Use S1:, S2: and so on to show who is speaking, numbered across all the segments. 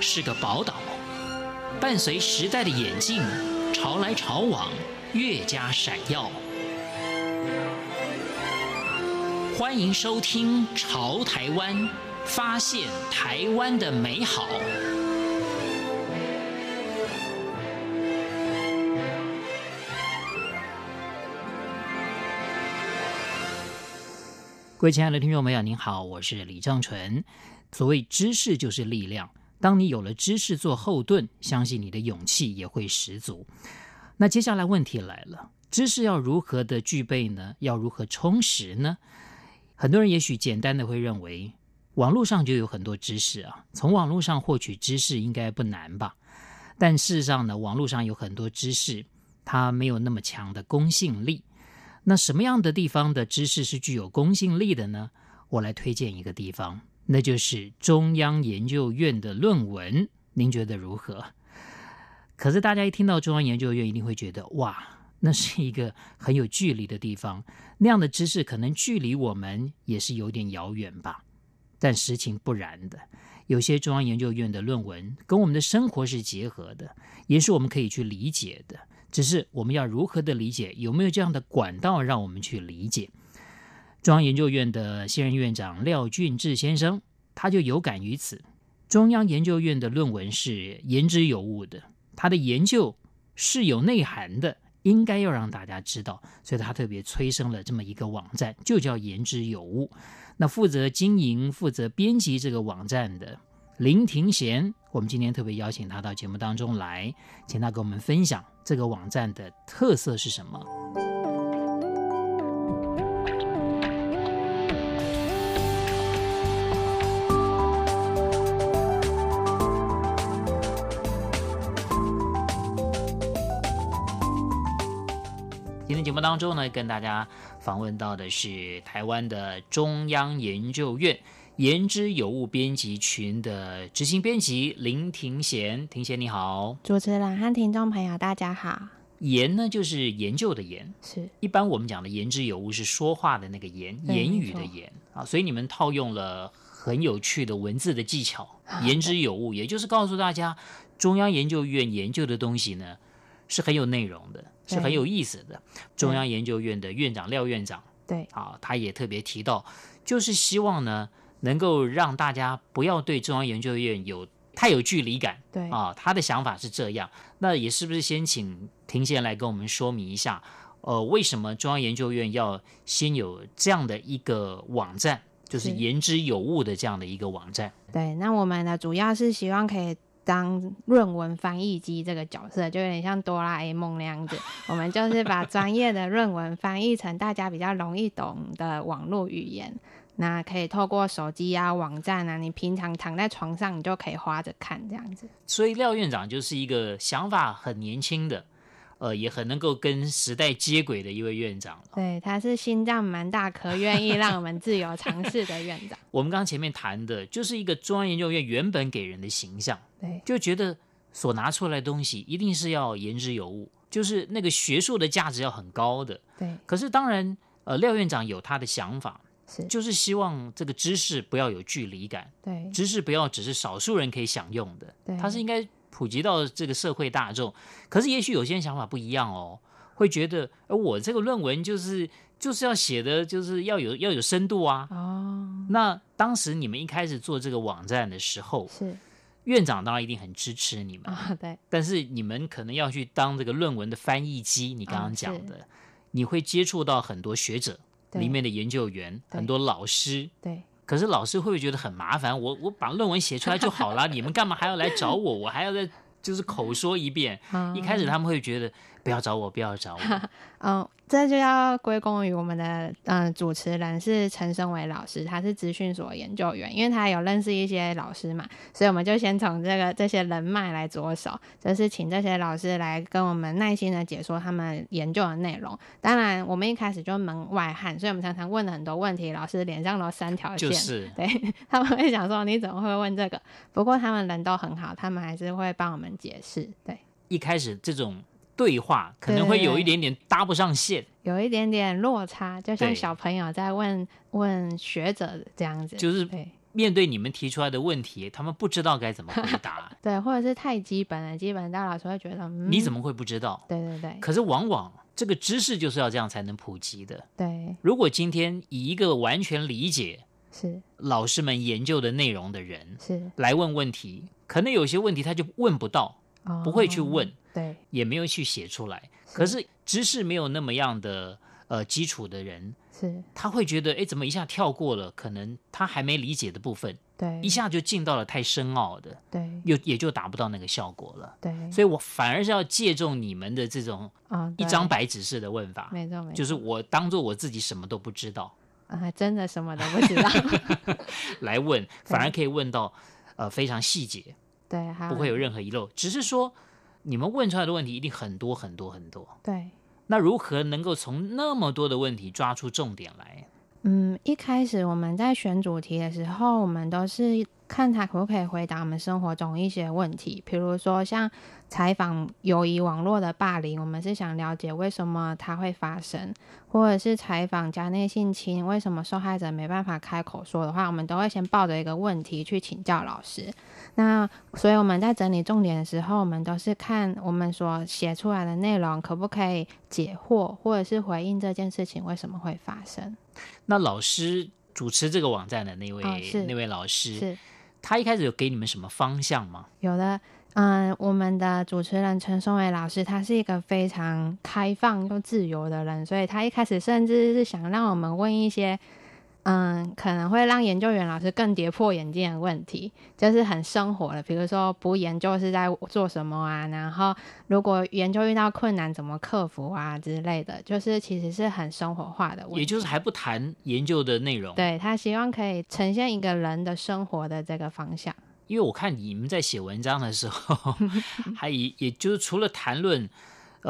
S1: 是个宝岛，伴随时代的演进，潮来潮往，越加闪耀。欢迎收听《潮台湾》，发现台湾的美好。各位亲爱的听众朋友，您好，我是李正淳。所谓知识就是力量，当你有了知识做后盾，相信你的勇气也会十足。那接下来问题来了，知识要如何的具备呢？要如何充实呢？很多人也许简单的会认为，网络上就有很多知识啊，从网络上获取知识应该不难吧？但事实上呢，网络上有很多知识，它没有那么强的公信力。那什么样的地方的知识是具有公信力的呢？我来推荐一个地方，那就是中央研究院的论文。您觉得如何？可是大家一听到中央研究院，一定会觉得哇，那是一个很有距离的地方，那样的知识可能距离我们也是有点遥远吧。但实情不然的，有些中央研究院的论文跟我们的生活是结合的，也是我们可以去理解的。只是我们要如何的理解，有没有这样的管道让我们去理解？中央研究院的现任院长廖俊志先生，他就有感于此。中央研究院的论文是言之有物的，他的研究是有内涵的，应该要让大家知道，所以他特别催生了这么一个网站，就叫言之有物。那负责经营、负责编辑这个网站的林庭贤，我们今天特别邀请他到节目当中来，请他给我们分享。这个网站的特色是什么？今天节目当中呢，跟大家访问到的是台湾的中央研究院言之有物编辑群的执行编辑林庭贤，庭贤你好。
S2: 主持人和听众朋友，大家好，
S1: 研呢，就是研究的研。
S2: 是
S1: 一般我们讲的言之有物是说话的那个言，
S2: 对
S1: 言语的
S2: 没错
S1: 言啊，所以你们套用了很有趣的文字的技巧，言之有物，也就是告诉大家，中央研究院研究的东西呢是很有内容的，是很
S2: 对
S1: 有意思的。中央研究院的院长廖院长
S2: 对，
S1: 啊，他也特别提到，就是希望呢能够让大家不要对中央研究院有太有距离感。
S2: 对，
S1: 啊，他的想法是这样。那也是不是先请庭贤来跟我们说明一下，呃，为什么中央研究院要先有这样的一个网站，就是
S2: 是
S1: 言之有物的这样的一个网站？
S2: 对，那我们呢，主要是希望可以当论文翻译机这个角色，就有点像哆啦 A 梦那样子。我们就是把专业的论文翻译成大家比较容易懂的网络语言。那可以透过手机啊、网站啊，你平常躺在床上，你就可以花着看这样子。
S1: 所以廖院长就是一个想法很年轻的，呃，也很能够跟时代接轨的一位院长了。
S2: 对，他是心脏蛮大颗，愿意让我们自由尝试的院长。
S1: 我们刚刚前面谈的就是一个中央研究院原本给人的形象，
S2: 对，
S1: 就觉得所拿出来的东西一定是要言之有物，就是那个学术的价值要很高的。
S2: 对，
S1: 可是当然，呃，廖院长有他的想法，
S2: 是，
S1: 就是希望这个知识不要有距离感，
S2: 对，
S1: 知识不要只是少数人可以享用的，
S2: 对，
S1: 它是应该普及到这个社会大众。可是也许有些人想法不一样哦，会觉得，呃，我这个论文就是就是要写的，就是要有要有深度啊。
S2: 哦，
S1: 那当时你们一开始做这个网站的时候，
S2: 是
S1: 院长当然一定很支持你们，
S2: 啊、对。
S1: 但是你们可能要去当这个论文的翻译机，你刚刚
S2: 嗯
S1: 讲
S2: 是
S1: 的，你会接触到很多学者。
S2: 对
S1: 里面的研究员，
S2: 对
S1: 很多老师。
S2: 对
S1: 可是老师会不会觉得很麻烦？我我把论文写出来就好 了，你们干嘛还要来找我？我还要再就是口说一 遍。
S2: 啊
S1: 一开始他们会觉得不要找我，不要找我。
S2: 嗯，这就要归功于我们的嗯、呃主持人是陈升伟老师，他是资讯所研究员，因为他有认识一些老师嘛，所以我们就先从这个这些人脉来着手，就是请这些老师来跟我们耐心的解说他们研究的内容。当然，我们一开始就门外汉，所以我们常常问了很多问题，老师脸上都三条线。
S1: 就是
S2: 对他们会想说你怎么会问这个？不过他们人都很好，他们还是会帮我们解释。对，
S1: 一开始这种对话可能
S2: 对
S1: 会有一点点搭不上线，
S2: 有一点点落差，就
S1: 对
S2: 像小朋友在问问学者这样子，
S1: 就是
S2: 对
S1: 面对你们提出来的问题，他们不知道该怎么回答。
S2: 对，或者是太基本了，基本到老师会觉得、嗯、
S1: 你怎么会不知道？
S2: 对对对
S1: 可是往往这个知识就是要这样才能普及的。
S2: 对
S1: 如果今天以一个完全理解
S2: 是
S1: 老师们研究的内容的人
S2: 是
S1: 来问问题，可能有些问题他就问不到，
S2: 哦
S1: 不会去问，
S2: 对
S1: 也没有去写出来。
S2: 嗯
S1: 可是知识没有那么样的呃基础的人，
S2: 是
S1: 他会觉得哎，诶怎么一下跳过了可能他还没理解的部分，
S2: 对
S1: 一下就进到了太深奥的，
S2: 对
S1: 又也就达不到那个效果了。
S2: 对，
S1: 所以我反而是要借重你们的这种
S2: 啊、
S1: 一
S2: 对
S1: 张白纸式的问法，
S2: 没错没错，
S1: 就是我当做我自己什么都不知道
S2: 啊、还真的什么都不知道，
S1: 来问，反而可以问到呃非常细节，
S2: 对，还
S1: 不会有任何遗漏。只是说你们问出来的问题一定很多很多很多，
S2: 对。
S1: 那如何能够从那么多的问题抓出重点来？
S2: 嗯，一开始我们在选主题的时候，我们都是看他可不可以回答我们生活中一些问题，比如说像采访友谊网络的霸凌，我们是想了解为什么它会发生，或者是采访家内性侵，为什么受害者没办法开口说的话，我们都会先抱着一个问题去请教老师。那所以我们在整理重点的时候，我们都是看我们所写出来的内容可不可以解惑，或者是回应这件事情为什么会发生，
S1: 那老师主持这个网站的那位、
S2: 啊是
S1: 那位老师，
S2: 是。
S1: 他一开始有给你们什么方向吗？
S2: 有的，嗯、我们的主持人陈松伟老师，他是一个非常开放又自由的人，所以他一开始甚至是想让我们问一些，嗯，可能会让研究员老师更跌破眼镜的问题，就是很生活的，比如说不研究是在做什么啊，然后如果研究遇到困难怎么克服啊之类的，就是其实是很生活化的问题。
S1: 也就是还不谈研究的内容，
S2: 对他希望可以呈现一个人的生活的这个方向。
S1: 因为我看你们在写文章的时 候，还以也就是除了谈论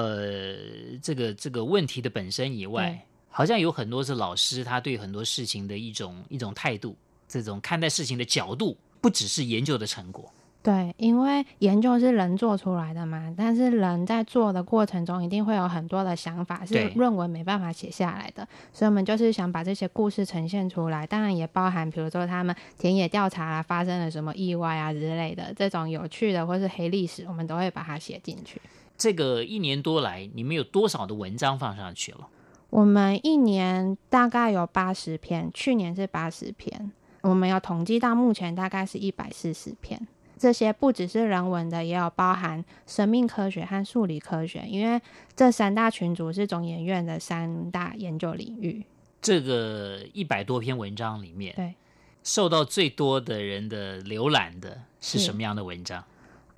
S1: 呃这个这个问题的本身以外
S2: 对，
S1: 好像有很多是老师他对很多事情的一种一种态度，这种看待事情的角度，不只是研究的成果。
S2: 对，因为研究是人做出来的嘛，但是人在做的过程中一定会有很多的想法，
S1: 对
S2: 是论文没办法写下来的，所以我们就是想把这些故事呈现出来，当然也包含比如说他们田野调查啊，发生了什么意外啊之类的这种有趣的或是黑历史，我们都会把它写进去。
S1: 这个一年多来，你们有多少的文章放上去了？
S2: 我们一年大概有八十篇，去年是八十篇，我们有统计到目前大概是一百四十篇。这些不只是人文的，也有包含生命科学和数理科学，因为这三大群组是总研院的三大研究领域。
S1: 这个一百多篇文章里面，
S2: 对，
S1: 受到最多的人的浏览的是
S2: 是
S1: 什么样的文章？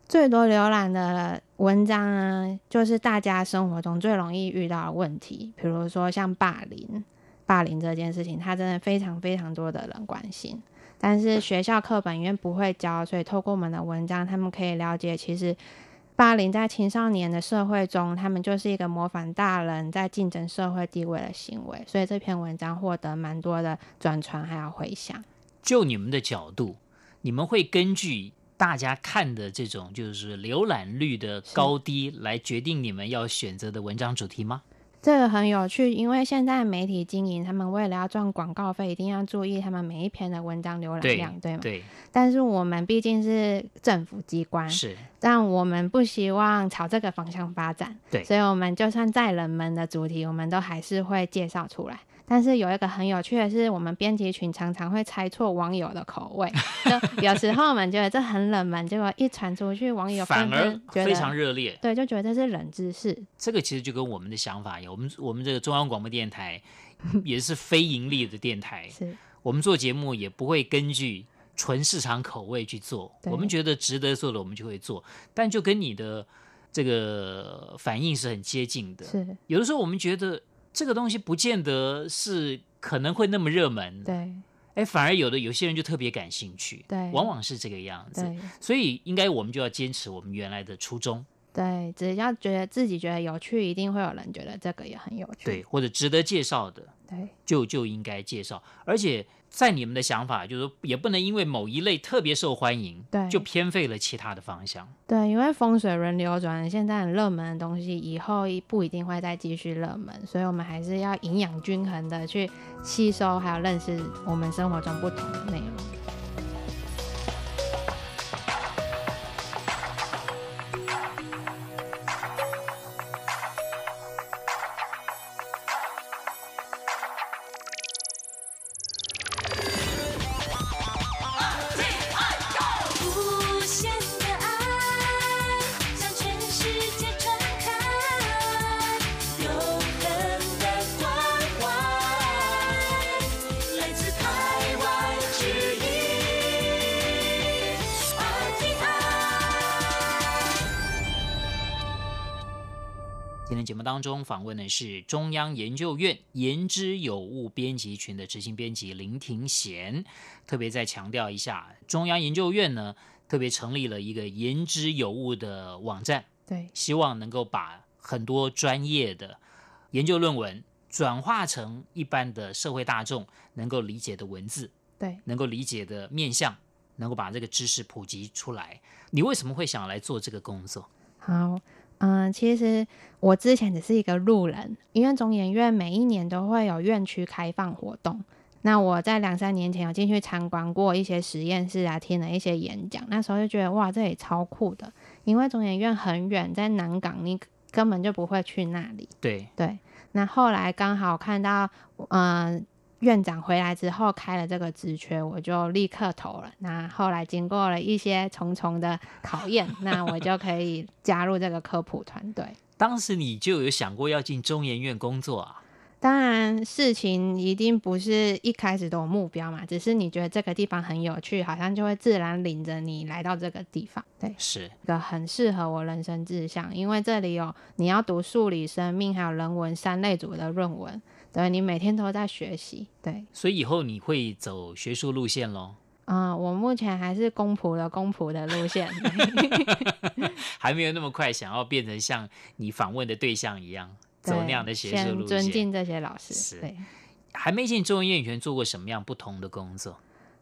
S2: 最多浏览的文章呢，就是大家生活中最容易遇到的问题，比如说像霸凌，霸凌这件事情，它真的非常非常多的人关心。但是学校课本因为不会教，所以透过我们的文章，他们可以了解，其实霸凌在青少年的社会中，他们就是一个模仿大人在竞争社会地位的行为。所以这篇文章获得蛮多的转传还有回响。
S1: 就你们的角度，你们会根据大家看的这种就是浏览率的高低来决定你们要选择的文章主题吗？
S2: 这个很有趣，因为现在媒体经营，他们为了要赚广告费，一定要注意他们每一篇的文章浏览量，对吗？
S1: 对，
S2: 但是我们毕竟是政府机关，
S1: 是
S2: 但我们不希望朝这个方向发展，
S1: 对
S2: 所以我们就算再冷门的主题，我们都还是会介绍出来。但是有一个很有趣的是，我们编辑群常常会猜错网友的口味，就有时候我们觉得这很冷门，结果一传出去，网友
S1: 反而
S2: 纷纷觉得
S1: 非常热烈。
S2: 对，就觉得这是冷知识，
S1: 这个其实就跟我们的想法一样，我们我们这个中央广播电 台也是非盈利的电台，
S2: 是
S1: 我们做节目也不会根据纯市场口味去做，
S2: 对
S1: 我们觉得值得做的我们就会做，但就跟你的这个反应是很接近的。
S2: 是，
S1: 有的时候我们觉得这个东西不见得是可能会那么热门，
S2: 对
S1: 哎，反而有的有些人就特别感兴趣，
S2: 对
S1: 往往是这个样子。
S2: 对。
S1: 所以应该我们就要坚持我们原来的初衷，
S2: 对，只要觉得自己觉得有趣，一定会有人觉得这个也很有趣。
S1: 对，或者值得介绍的
S2: 对
S1: 就就应该介绍，而且在你们的想法就是说，也不能因为某一类特别受欢迎，
S2: 对
S1: 就偏废了其他的方向。
S2: 对，因为风水轮流转，现在很热门的东西，以后一不一定会再继续热门，所以我们还是要营养均衡的去吸收，还有认识我们生活中不同的内容。
S1: 今天节目当中访问的是中央研究院言之有物编辑群的执行编辑林庭贤，特别再强调一下，中央研究院呢特别成立了一个言之有物的网站，
S2: 对，
S1: 希望能够把很多专业的研究论文转化成一般的社会大众能够理解的文字，
S2: 对，
S1: 能够理解的面向，能够把这个知识普及出来。你为什么会想来做这个工作？
S2: 好，嗯、其实我之前只是一个路人，因为中研院每一年都会有院区开放活动。那我在两三年前有进去参观过一些实验室啊，听了一些演讲，那时候就觉得哇，这里超酷的，因为中研院很远，在南港，你根本就不会去那里。
S1: 对，
S2: 对，那后来刚好看到，嗯、院长回来之后开了这个职缺，我就立刻投了。那后来经过了一些重重的考验，那我就可以加入这个科普团队。
S1: 当时你就有想过要进中研院工作啊？
S2: 当然，事情一定不是一开始都有目标嘛，只是你觉得这个地方很有趣，好像就会自然领着你来到这个地方。对，
S1: 是
S2: 一个很适合我人生志向，因为这里有你要读数理、生命还有人文三类组的论文，对你每天都在学习。对，
S1: 所以以后你会走学术路线喽，
S2: 嗯、我目前还是公仆的公仆的 路线。
S1: 还没有那么快想要变成像你访问的对象一样
S2: 对
S1: 走那样的学术
S2: 先
S1: 路
S2: 尊
S1: 线。
S2: 敬这些老师
S1: 是。
S2: 对，
S1: 还没进中研院以前做过什么样不同的工作？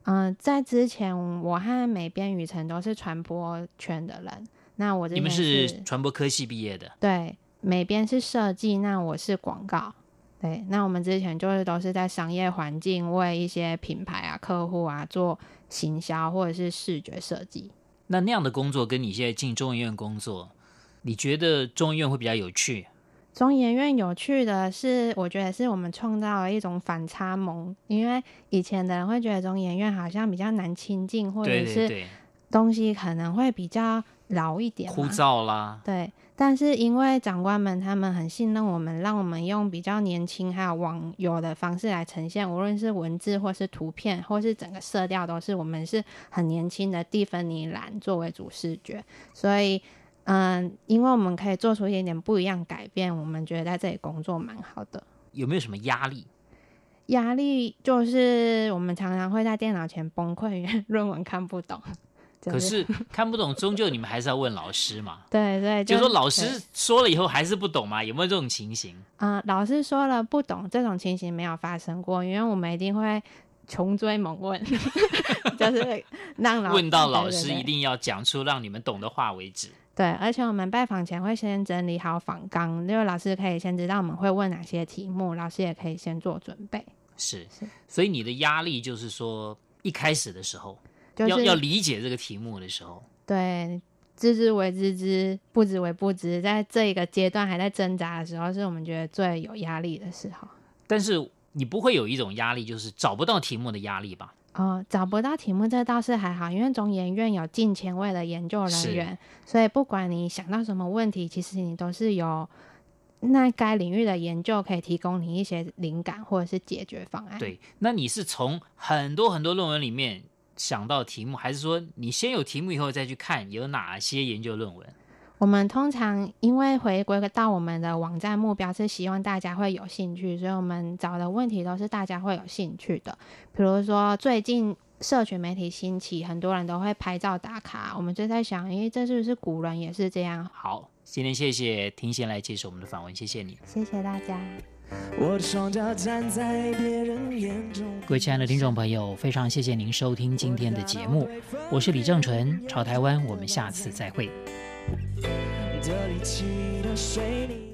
S2: 嗯、在之前我和美编雨辰都是传播圈的人，那我这
S1: 你们
S2: 边
S1: 是传播科系毕业的，
S2: 对，美编是设计，那我是广告。对，那我们之前就是都是在商业环境为一些品牌啊、客户啊做行销或者是视觉设计。
S1: 那那样的工作跟你现在进中研院工作，你觉得中研院会比较有趣？
S2: 中研院有趣的是，我觉得是我们创造了一种反差萌，因为以前的人会觉得中研院好像比较难亲近，或
S1: 对
S2: 者
S1: 对
S2: 是
S1: 对，
S2: 东西可能会比较老一点嘛，
S1: 枯燥啦，
S2: 对，但是因为长官们他们很信任我们，让我们用比较年轻还有网友的方式来呈现，无论是文字或是图片，或是整个色调，都是我们是很年轻的蒂芬尼蓝作为主视觉，所以。嗯，因为我们可以做出一点点不一样改变，我们觉得在这里工作蛮好的。
S1: 有没有什么压力？
S2: 压力就是我们常常会在电脑前崩溃，因为论文看不懂。 就
S1: 可是看不懂，终究你们还是要问老师嘛。
S2: 对对，
S1: 就是说老
S2: 对
S1: 师说了以后还是不懂嘛？有没有这种情形？
S2: 啊、老师说了，不懂这种情形没有发生过，因为我们一定会穷追猛问， 就是让老
S1: 问到老
S2: 对对
S1: 师
S2: 对
S1: 一定要讲出让你们懂的话为止。
S2: 对，而且我们拜访前会先整理好访纲，因为老师可以先知道我们会问哪些题目，老师也可以先做准备，
S1: 是
S2: 是，
S1: 所以你的压力就是说，一开始的时候，
S2: 就
S1: 要要
S2: 是
S1: 理解这个题目的时候，
S2: 对。知之为知之，不知为不知，在这一个阶段还在挣扎的时候，是我们觉得最有压力的时候。
S1: 但是你不会有一种压力，就是找不到题目的压力吧？
S2: 哦，找不到题目这倒是还好，因为中研院有近前卫的研究
S1: 是
S2: 人员，所以不管你想到什么问题，其实你都是有那该领域的研究可以提供你一些灵感或者是解决方案。，
S1: 对，那你是从很多很多论文里面想到题目，还是说你先有题目以后再去看有哪些研究论文？
S2: 我们通常因为回归到我们的网站目标是希望大家会有兴趣，所以我们找的问题都是大家会有兴趣的，比如说最近。社群媒体兴起，很多人都会拍照打卡。我们就在想，诶，这是不是古人也是这样？
S1: 好，今天谢谢庭贤来接受我们的访问，谢谢你。
S2: 谢谢大家。
S3: 我的双脚站在别人眼中。
S1: 各位亲爱的听众朋友，非常谢谢您收听今天的节目，我是李正淳，朝台湾，我们下次再会。
S3: 这里起的水泥。